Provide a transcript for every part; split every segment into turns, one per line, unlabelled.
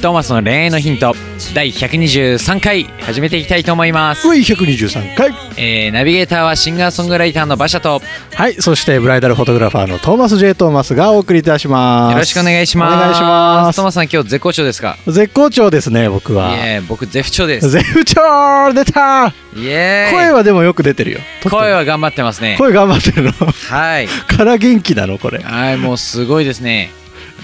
トーマスの恋愛のヒント第123回始めていきたいと思います、
V 123回
えーナビゲーターはシンガーソングライターの馬車と
はいそしてブライダルフォトグラファーのトーマス J トーマスがお送りいたします
よろしくお願いします
お願いしま
トーマスさん今日絶好調ですか
す絶好調ですね僕
い
は
え僕絶不調です
絶不調出た
イエーイ
声はでもよく出てるよ
声は頑張ってますね
声頑張ってるの
はい
から元気なのこれ
はいもうすごいですね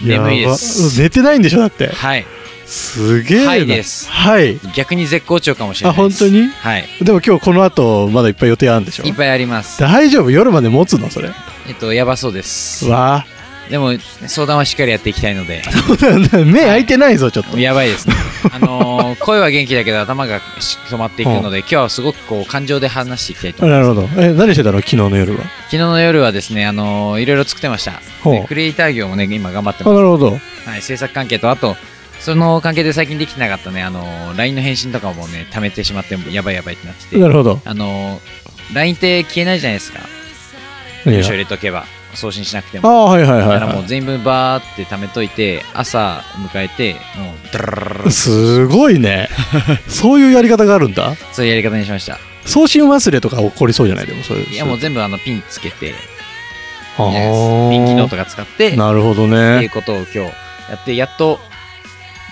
眠いで
やば
す
寝てないんでしょだって
はい
すげえな
はいです
はい
逆に絶好調かもしれない
あ
で
本
す
当に
はい
でも今日この後まだいっぱい予定あるんでしょ
いっぱいあります
大丈夫夜まで持つのそれ
えっとやばそうです
わあ
でも相談はしっかりやっていきたいので
目開いてないぞちょっと
やばいですねあのー声は元気だけど頭がし止まっていくので今日はすごくこう感情で話していきたいと
あ
思います
なるほどえ何してたの昨日の夜は
昨日の夜はですねあのーいろいろ作ってました
ほう
でクリエイター業もね今頑張って
あ
ま
なるほど
す、はい、制作関係とあとその関係で最近できてなかったねあのー LINE の返信とかもね溜めてしまってやばいやばいってなってて
なるほど
あのー LINE って消えないじゃないですか
何
住
が
所入れとけば送信しなくて
あ
も
あはいはいは
だ
い
からもう
は
全部バーって貯めといて朝迎えてもうドララララ
いすごい ねそういうやり方があるんだ
そういうやり方にしました
送信忘れとか起こりそうじゃないでもそれ
いやもう全部あのピンつけて
あ
ピ
ー
ン機能とか使ってって
なるほど
いう
ね
ことを今日やってやっと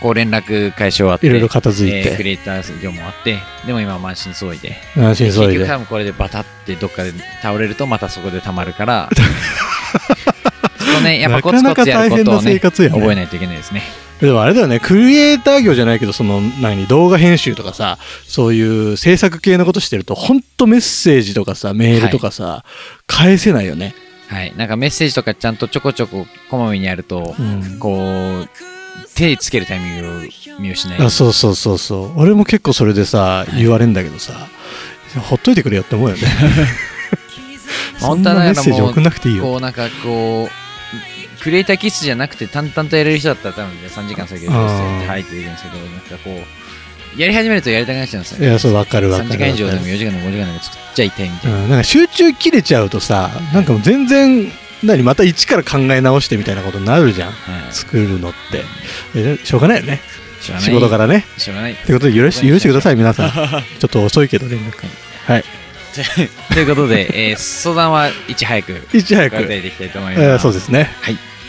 こう連絡解消終わって
いろいろ片付い
えーク
て
リエイター業もあってでも今は満身創痍で
安心そ
結
い
局
で
多分これでバタってどっかで倒れるとまたそこで溜まるから そこねやっぱコツコツやることをね
なかなか大変な生活やね
覚えないといけないですね
でもあれだよねクリエイター業じゃないけどその何動画編集とかさそういう制作系のことしてるとほんとメッセージとかさメールとかさ、返せないよね
はいなんかメッセージとかちゃんとちょこちょここまめにやると、
うん
こう手つけるタイミングを見失い
あそうそうそうそう俺も結構それでさ言われんだけどさほっといてくれよって思うよね そんなメッセージ送んなくていいよ
こうなんかこうクリエイター気質じゃなくて淡々とやれる人だったら多分ね3時間先で入ってできるんですけどなんかこうやり始めるとやりたくなっちゃうんですよ
いやそうわかるわか
3
る
時間以上で
わ
も
かる
4時間でも5時間でも作っちゃいたいみた
う
いな、
ん、なんか集中切れちゃうとさなんかもう全然何また一から考え直してみたいなことになるじゃん
はい
作るのってえしょうがないよね
知らない
仕事からね
知らない
ってことで許し許してください皆さん ちょっと遅いけど連絡はい
ということで、えー相談はいち早く
いち早
お
く、
答えていきたいと思います、
えーそうですね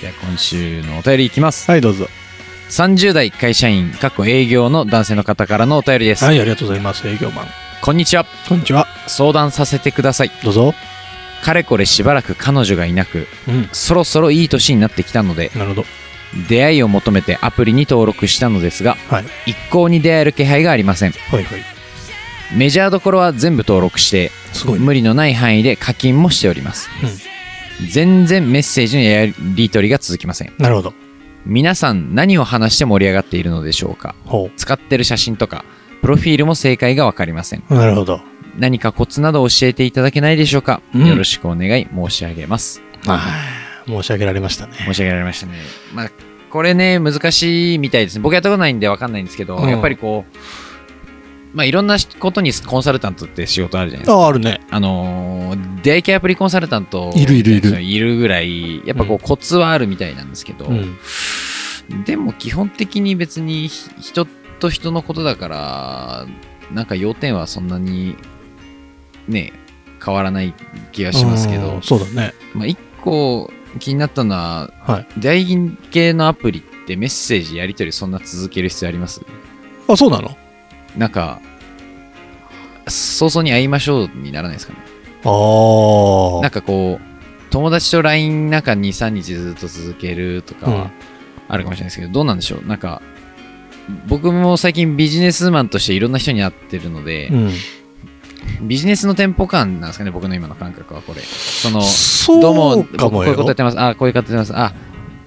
じゃあ今週のお便りいきます
はいどうぞ
30代会社員かっこ営業の男性の方からのお便りです、
はいありがとうございます営業マン
こんにちは
こんにちは
相談させてください
どうぞ
かれこれしばらく彼女がいなく
うん
そろそろいい年になってきたので
なるほど
出会いを求めてアプリに登録したのですが
はい
一向に出会える気配がありません
はいはい
メジャーどころは全部登録して
すごいね
無理のない範囲で課金もしております
う
全然メッセージのやり取りが続きません
んなるほど
皆さん何を話して盛り上がっているのでしょうか
ほ
使ってる写真とかプロフィールも正解が分かりません
うなるほど
何かコツなど教えていただけないでしょうか、
うん
よろしくお願い申し上げます
はい申し上げられましたね
申し上げられましたね。まあ、これね、難しいみたいですね。僕やったことないんで分かんないんですけど、
うん
やっぱりこう、まあ、いろんなことにコンサルタントって仕事あるじゃないですか。
ああるね
あのー出会い系アプリコンサルタント
いるいるいる
いるぐらい、やっぱこう、コツはあるみたいなんですけど、
うん
でも基本的に別にひ人と人のことだから、なんか要点はそんなに、ね、変わらない気がしますけ
う
ど
ん、そうだね
まあ、一個気になったのは、
はい
出会い系のアプリってメッセージやり取りそんな続ける必要あります
あそうなの
なんか早々に会いましょうにならないですかね
あ
なんかこう友達と LINE なんか23日ずっと続けるとか
うん
はあるかもしれないですけど、どうなんでしょうなんか僕も最近ビジネスマンとしていろんな人に会ってるので、
うん、
ビジネスのテンポ感なんですかね僕の今の感覚はこれその
そう
どうも、
か
僕こ
も
ういうことや
よ
ってます。あ、こういうことやってます。あ、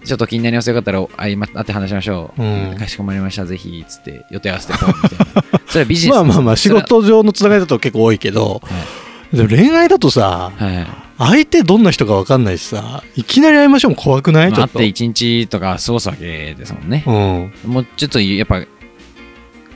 ちょっと気になります。よかったら、あ、今、会って話しましょう。
うん
かしこまりました。ぜひ、つっ て、予定合わせてポンみたいな。それはビジネス。
まあまあまあ仕
それは。
事上のつながりだと結構多いけど、
は
でも恋愛だとさ、
はい。
相手どんな人か分かんないしさ、いきなり会いましょうも怖くないち
ま
ょ
あ
っと。
会って1日とか過ごすわけですもんね。
うん。
もうちょっとやっぱ、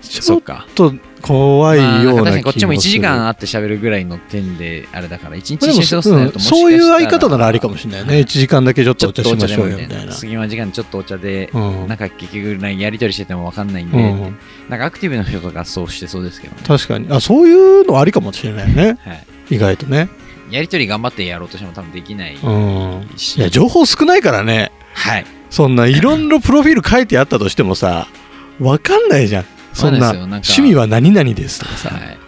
ち
そ
ょ
う
っ
か。
と怖い
まあ
よう
確か
な気もす
に
る。
こっちも1時間会って喋るぐらいの点であれだから、1日一緒
まあでも
に過ごすとなると
う
もしか
ん
したら、
そういう会い方ならありかもしれないね。1時間だけちょっ
ち
と
ょ
お
っ
茶
と
し
お
ま
茶で
しょ
も
う
みた
よみ
い
た
な。
いな。
隙間時間ちょっとお茶で、
うん
なんか結局ねやり取りしてても分かんないんで、
うん、
なんかアクティブな人とかそうしてそうですけどね。
確かにあそういうのありかもしれないね
はい。
意外とね
やり取り頑張ってやろうとしても多分できない
うん
し。
いや情報少ないからね
はい。
そんないろんなプロフィール書いてあったとしてもさわかんないじゃんそ
そ
ん
うで
な
すよなんか
趣味は何々ですとかさ、
はい。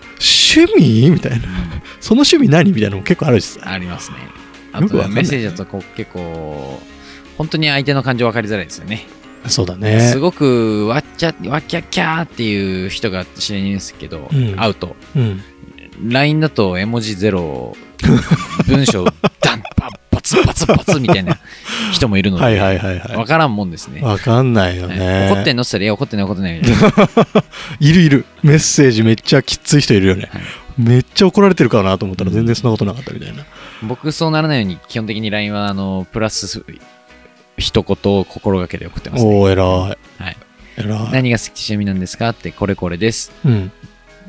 趣味みたいなその趣味何みたいなのも結構あるしさ
ありますね。あ
よく
と
わ
は
かんな
メッ
い
セージだとこう結構、本当に相手の感情分かりづらいですよね。
そうだね
すごくわっちゃ、わっきゃっきゃーっていう人が知り合いですけど、
うん
会うと、
うん、
LINE だと絵文字ゼロ、文章、ダンパバツバツバツみたいな人もいるので、
はいはいはいは
分からんもんですね
い。わかんない
は
よね
い怒ってんのって言ったら、いや、怒ってない、怒ってないみたいな。
いるいるメッセージめっちゃきつい人いるよね、
はい
めっちゃ怒られてるかなと思ったら全然そんなことなかったみたいな
僕、そうならないように、基本的に LINE は、あの、プラス、一言を心がけて送ってますね。
おお偉い、
はい、
偉い、
何が好き趣味なんですかって、これこれです。
うん、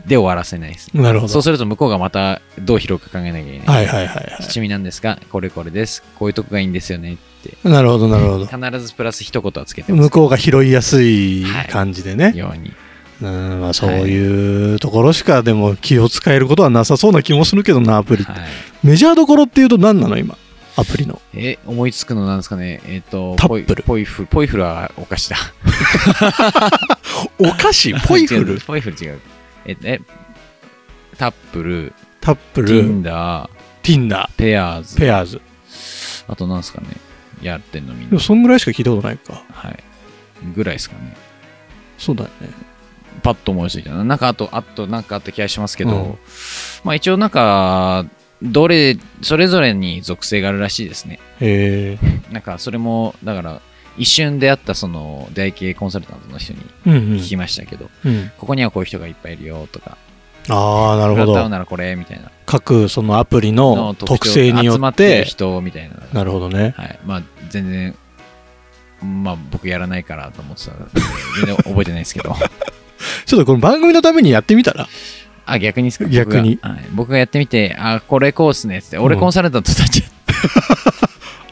で終わらせないです。
なるほど
そうすると向こうがまたどう拾うか考えなきゃいけない。
はいはいはいはい
趣味なんですかこれこれです。こういうとこがいいんですよねって。
なるほどなるほど。
必ずプラス一言はつけてます
向こうが拾いやすい感じでね。
ように。
うん、まあそういうところしかでも気を使えることはなさそうな気もするけどな、アプリ。
はい、
メジャーどころっていうと何なの今、アプ リの。
え、思いつくのなんですかねえっ、と、
タップ
ポイ
ル
ポイフ、ポイフルはお菓子だ。
お菓 子
違うポイフル違う。えっと、え、タップル、
タップ
テ
ル、
ィンダー、
Tinder、
ペアーズ、
ペアーズ。
あとなんですかねやってんのみん
で
な
も。そんぐらいしか聞いたことないか。
はい。ぐらいですかね。
そうだよね。
パッと思いついたな。なんかあと、あとなんかあった気がしますけど、
うん
まあ一応なんか、どれ、それぞれに属性があるらしいですね。
へえ。
なんかそれも、だから、一瞬出会ったその出会い系コンサルタントの人に
うんうん
聞きましたけど、
うん。
ここにはこういう人がいっぱいいるよとか、
ああ、なる
これ
ほ
を歌う
ど。
ならこれみたいな、
各そのアプリ
の
の
特徴
特性によ
集ま
っ
ってる
て。
人みたいな。
なるほどね。
はい。まあ全然、まあ僕やらないからと思ってたので、全然覚えてないですけど。
ちょっとこの番組のためにやってみたら。
あ、逆にですか
逆に
僕が,はい、僕がやってみて、あ、これこうっすねっつって、俺
うん
コンサルタントになっちゃっ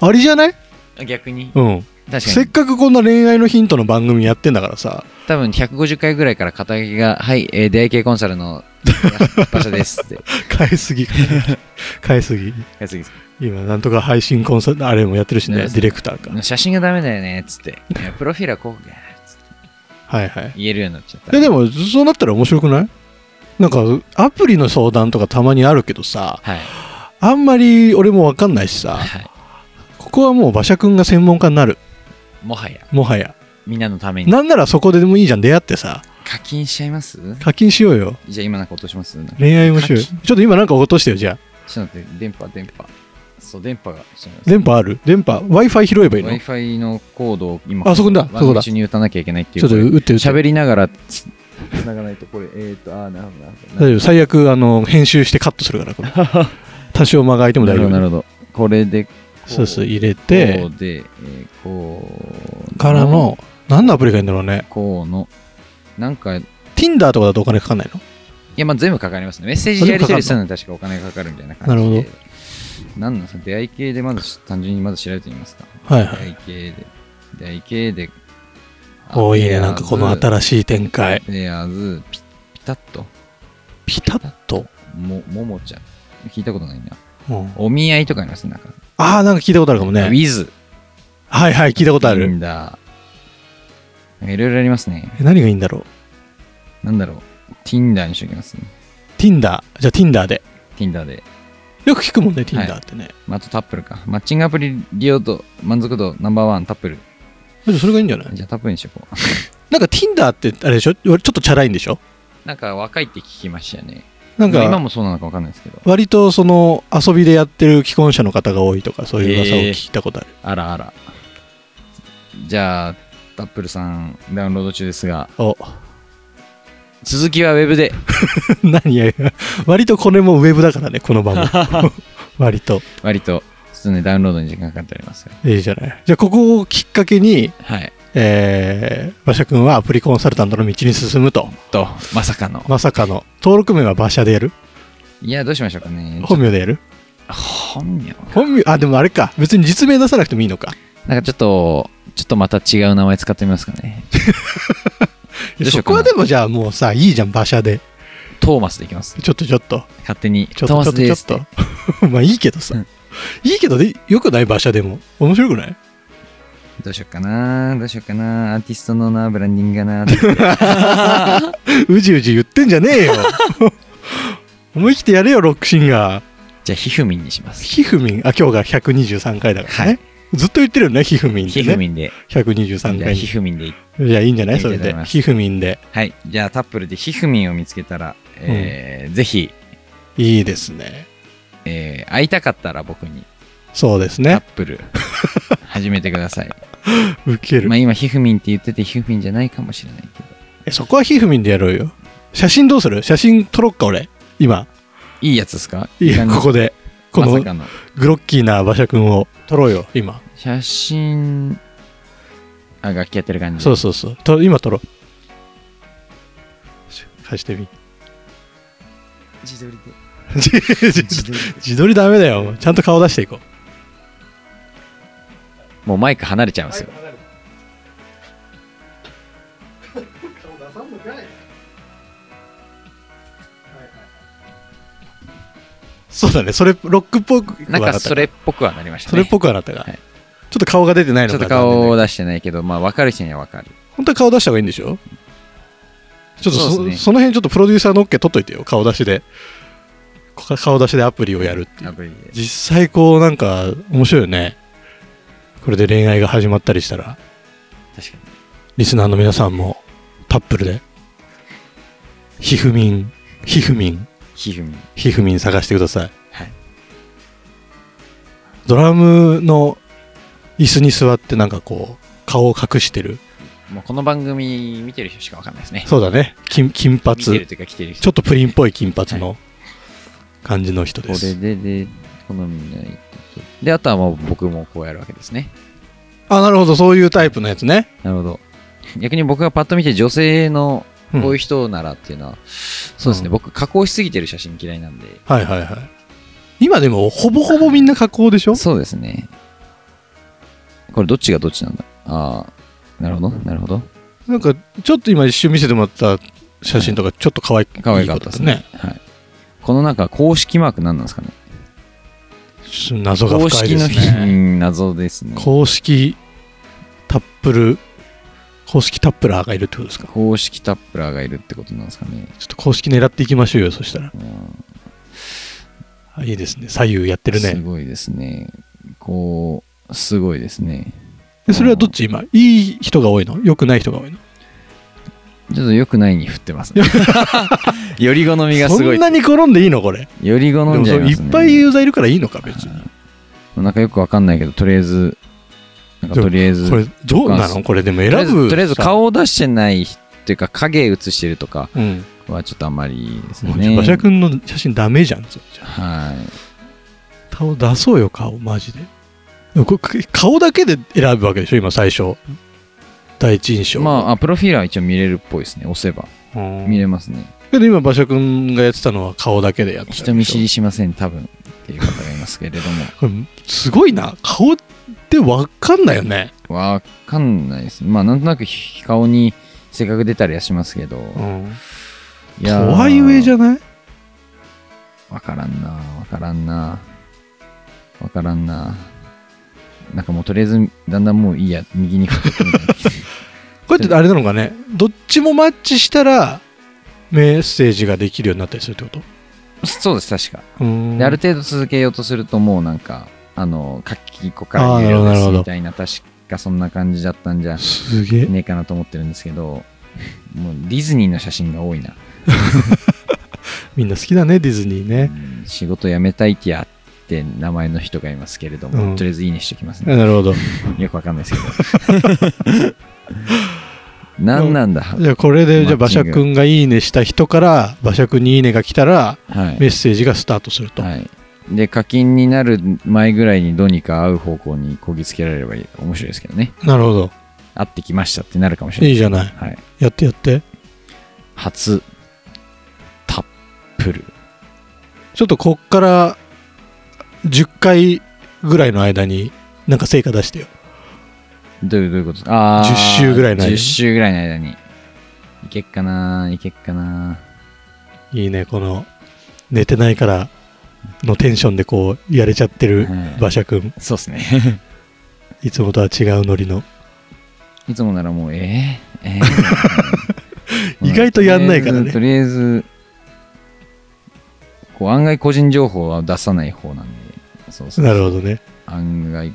ありじゃない
た。逆に。
うん。
確か
せっ
に。
かくこんな恋愛のヒントの番組やってんだからさ。
多分150回ぐらいから肩書きが、はい、えー出会い系コンサルの 場所ですって。
買いすぎ 買いすぎ
やつです
今なんとか配信コンサルあれもやってるしね
ね
ディレクターか
写真がダメだよねっつって。いやプロフィールはこうかつって
はいはい
言えるようになっちゃった。
ででもそうなったら面白くないなんかアプリの相談とかたまにあるけどさ
はい。
あんまり俺も分かんないしさ
はい。
ここはもう馬車くんが専門家になる
もはや、
もはや
みんなのために。
なんならそこででもいいじゃん出会ってさ
課金しちゃいます
課金しようよ
じゃあ今なんか落としますなんか
恋愛面白
課
いちょっと今なんか落としてよじゃあ
ちょっと待って、電波、電波。そう、電波が。ちょっと待って
電波ある電波 w i f i 拾えばいいの
Wi-Fi のコードを今、
あそこだそこだ
一緒に打たなきゃいけないってい
ちょ
う。
っと
これ
打って打って
喋りながらつ、つながないと、これ、えっ、ー、と、あー、なるほど、なるほど。
大丈夫最悪あの編集してカットするからこれ多少間が空いても
な
大
る
丈
ほど、なる
夫
ほど。これで、こ
そうそう、入れ
こ
て、
うで、えーこう。
から、の、何のアプリがいいんだろうね。
こうの。なんか、い
Tinder とかだとお金かかんないの
や、まあ全部かかりますね。メッセージやり取りするのに確かお金がかかるみたいな感じで。
なる
なんなんですか出会い系でまず、単純にまず調べてみますか。
はい
出
はい。
会い系で。出会い系で。
おーいいね。なんかこの
い。
新しい展開。
ペアーズ、ピピタッと。
ピタッと。
も、ももちゃん。聞いたことないな。
うん
お見合いとかありますなんか。
ああ、なんか聞いたことあるかも
ウ
ね。
ィズ。
はいはい、聞いたことあ
な
る。
んだ。なんかいろいろありますね。
え何がいいんだろう
なんだろう。Tinder にしときますね。
?Tinder。じゃあ Tinder で。
Tinder で。
よく聞くもんね、Tinder
は
ってね。
まあ、あとタップルか。マッチングアプリ利用度、満足度ナンバーワン、タップル。
じゃあそれがいいんじゃない
じゃあタップルにしとこう。
なんか Tinder ってあれでしょちょっとチャラいんでしょ
なんか若いって聞きましたよね。
なん
まあ今
か、
もそうなのかわかんないですけど。
割とその遊びでやってる既婚者の方が多いとか、そういう噂を聞いたことある。
あらあら。じゃあ、タップルさん、ダウンロード中ですが、
お、
続きはウェブで
何や割とこれもウェブだからねこの番 組割と
割とちょっとねダウンロードに時間かかっておりますよ
いいじゃないじゃあここをきっかけに
はい
えー、馬車君はアプリコンサルタントの道に進むと
とまさかの
まさかの登録名は馬車でやる
いやどうしましょうかねちょ
本名でやる
本名
本名あでもあれか別に実名出さなくてもいいのか
なんかちょっとちょっとまた違う名前使ってみますかねどうしよ
そう
か
こ
な
はでもじゃあもうさいいじゃん馬車で
トーマスでいきます
ちょっとちょっと
勝手に
ちょっ
トーマ
と
ス
ちょ
で
っ
す
とちょっと まあいいけどさ、
うん
いいけどでよくない馬車でも面白くない
どうしようかなどうしようかなアーティストのなブランディングがな
うじうじ言ってんじゃねえよ 思い切ってやれよロックシンガー
じゃあひふみんにします
ひふみんあ今日が123回だからね、ずっと言ってるよねひふみんって
ひふ
ね
みんで
123
じゃあ
回
ひふみんでい
にじゃあいいんじゃない
いいと
そ
思い
れで
ます
ひふみんで
はいじゃあタップルでひふみんを見つけたら、えーぜひ、
いいですね
えー会いたかったら僕に
そうです
タッ
ね
プル始めてくだ さい
ウケる、
まあ今ひふみんって言っててひふみんじゃないかもしれないけど
えそこはひふみんでやろうよ写真どうする写真撮ろっか俺今
いいやつですか
いい
感じ
ここでこ
ま
の
さかの
グロッキーな馬車くんを撮ろうよ今
写真あ楽器やってる感じ
そうそうそうと今撮ろうし貸してみ
自撮りで
自 自
撮りで
自撮りダメだよちゃんと顔出していこう
もうマイク離れちゃいますよ
そうだねそれロックっぽく
な
は
ん
な
か
った
それっぽくはなりましたね
それっぽくはなったが、
はい
ちょっと顔が出てない
ちょ
の
っと
か
顔を
だ
出してないけどまあ分かる人には分かる
本当は顔出した方がいいんでしょちょっとそ
そうですね
その辺ちょっとプロデューサーの OK 取っといてよ顔出しでこ顔出しでアプリをやるってい
ア
う
プリで
実際こうなんか面白いよねこれで恋愛が始まったりしたら
確かに
リスナーの皆さんもタップルでひふみんひふみん
ひふみん
ひふみん探してください
はい
ドラムの椅子に座ってなんかこう顔を隠してる
もうこの番組見てる人しか分かんないですね
そうだね金金髪
見
ち
てる
ょ
というか来てる人
っとプリンっぽい金髪の感じの人で
これ
す
でで好みないであとはもう僕もこうやるわけですね
あなるほどそういうタイプのやつね
なるほど逆に僕がパッと見て女性の
うん
こういう人ならっていうのは、そうですね、
うん
僕加工しすぎてる写真嫌いなんで
はいはいはい今でもほぼほぼみんな加工でしょ
そうですねこれどっちがどっちなんだああなるほどなるほど
なんかちょっと今一瞬見せてもらった写真とかちょっと可愛い
可愛かったですねはい、この中公式マーク何なんですかね
ちょっと謎が
公
深い
式
で
の
す
日
ね
うん謎ですね
公式タップル公式タップラーがいるってことですか
公式タップラーがいるってことなんですかね
ちょっと公式狙っていきましょうよそしたら
うん
あいいですね左右やってる
す
ね
ごいですねこうすごいですね
でそれはどっち今いい人が多いの良くない人が多いの
ちょっと良くないに振ってますね より好みがす
そ
ご
ん
い
なに転んでいいのこれ
より好
で
ん
も
じゃい
そ
うま
い
すね
っぱいユーザーいるからいいのか別に
なんかよくわかんないけどとりあえずなんか
でも
とりあえず
これどうなのこれでも選
とりあえず
ぶ
とりあえず顔を出してないっていうか影映してるとか
うん
はちょっとあんまりです
もう
ね
馬車くんの写真ダメじゃんそれじゃあ
はい
顔出そうよ顔マジででもこれ顔だけで選ぶわけでしょ今最初第一印象
まああプロフィールは一応見れるっぽいですね押せば
うん
見れますね
けど今馬車くんがやってたのは顔だけでやってたでしょ
人見知りしません多分っていう方がいますけれど
これすごいな顔って分かんないよね、
もわかんないですまあなんとなく顔に性格出たりはしますけどい
と
やー
はいえじゃない
わからんなわからんなわからんななんかもうとりあえずだんだんもういいや右に振ってみた いな
これってあれなのかねどっちもマッチしたらメッセージができるようになったりするってこと
そうです確か
うーん
である程度続けようとするともうなんかあの書き子から
あー
入れる
なるほどなるほど
みたいな確かそんな感じだったんじゃ
すげえ
ねえかなと思ってるんですけどもうディズニーの写真が多いな、
みんな好きだねディズニー
う
ね、
ん仕事辞めたいきやって名前の人がいますけれども、
うん
とりあえずいいねしておきますね
なるほど
よくわかんないですけど何なんだは
じゃあこれでじゃ
マッ
あ馬
チン
車
グ
くんがいいねした人から馬車くんにいいねが来たらメ
い、
ッセージがスタートすると、
はい、で課金になる前ぐらいにどうにか会う方向にこぎつけられればいい面白いですけどね
なるほど
会ってきましたってなるかもしれない
いいじゃない
はい、
やってやって
初タップル
ちょっとこっから10回ぐらいの間になんか成果出してよ
どういうどういうことああ
10週ぐらいの間に
10週ぐらいの間にいけっかないけっかない
いねこの寝てないからのテンションでこうやれちゃってる
はい
馬車くん
そうですね
いつもとは違うノリの
いつもならもうえー、えー、
意外とやんないからね
とりあえずと りあえずこう案外個人情報は出さない方なんでそうそう
なるほどね
案外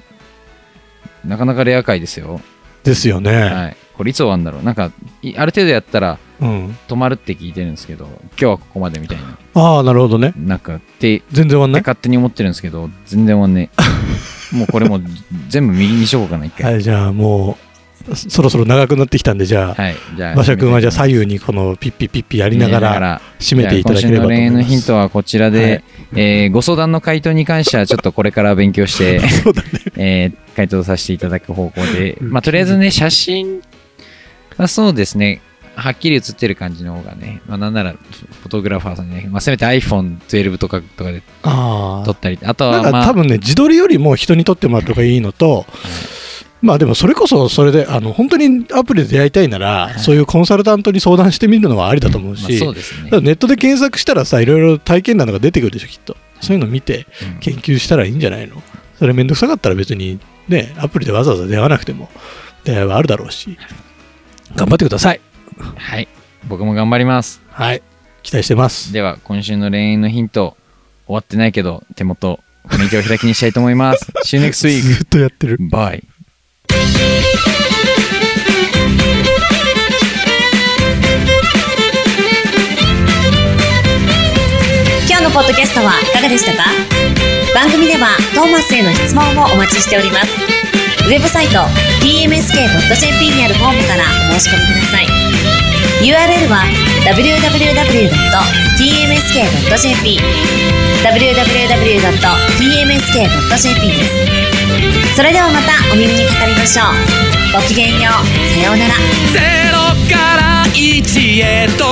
なかなかレア回ですよ、
ですよね、
はい、これいつ終わるんだろうなんかいある程度やったら
うん
止まるって聞いてるんですけど今日はここまでみたいな
ああなるほどね
なんかって
全然終わ
っ
ん
て
ない
勝手に思ってるんですけど、全然終わんねえ。もうこれもう全部右にしようかな、一
は
回。
いじゃあもうそそろそろ長くなってきたんでじゃあ、
はい。じゃあ、
馬車くんはじゃあ左右にこのピッピピッピやりながら締めていただければ
じゃあ今週
と思
の恋
い
愛の
ま
ヒン
す
ト。はこちらで、えーご相談の回答に関しては、ちょっとこれから勉強して、
そうだね。
えー回答させていただく方向で、
うん
まあ、とりあえずね、写真はそうですね、はっきり写ってる感じの方がね、まあ、なんなら、フォトグラファーさんね、まあ、せめて iPhone12 とかとかで
あ
撮ったり、あと
あ。な
は、
ん
ま
か
あ、
多分ね、自撮りよりも人に撮ってもらった方がいいのと、まあでもそれこそそれで、あの、本当にアプリで出会いたいなら、
い
そういうコンサルタントに相談してみるのはありだと思う
まあ
し、
そうですね
だか。らネットで検索したらさ、いろいろ体験談とか出てくるでしょ、きっと。そういうの見て
うん
研究したらいいんじゃないのそれめんどくさかったら別にね、アプリでわざわざ出会わなくても出会いはあるだろうし、頑張ってください。
はい。僕も頑張ります。
はい。期待してます。
では今週の恋愛のヒント終わってないけど手元右手を開きにしたいと思います See you next
ず
week
っとやってる。
Bye
「今日のポッドキャストはいかがでしたか番組ではトーマスへの質問もお待ちしておりますウェブサイト tmsk.jp にあるフォームからお申し込みください URL は www.tmsk.jp www.tmsk.jp ですそれではまたお耳にかかりましょうごきげんようさようなら
ゼロから一へと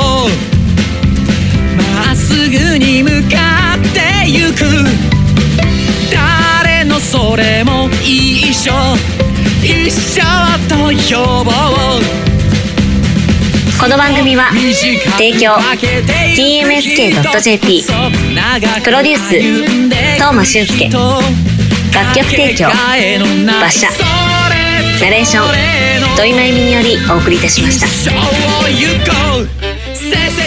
まっすぐに向かってゆく誰のそれも一緒一緒と呼ぼう
この番組は提供 TMSK.jp プロデュース東間俊介楽曲提供馬車ナレーション土井真由美によりお送りいたしました
一生を行こうせせ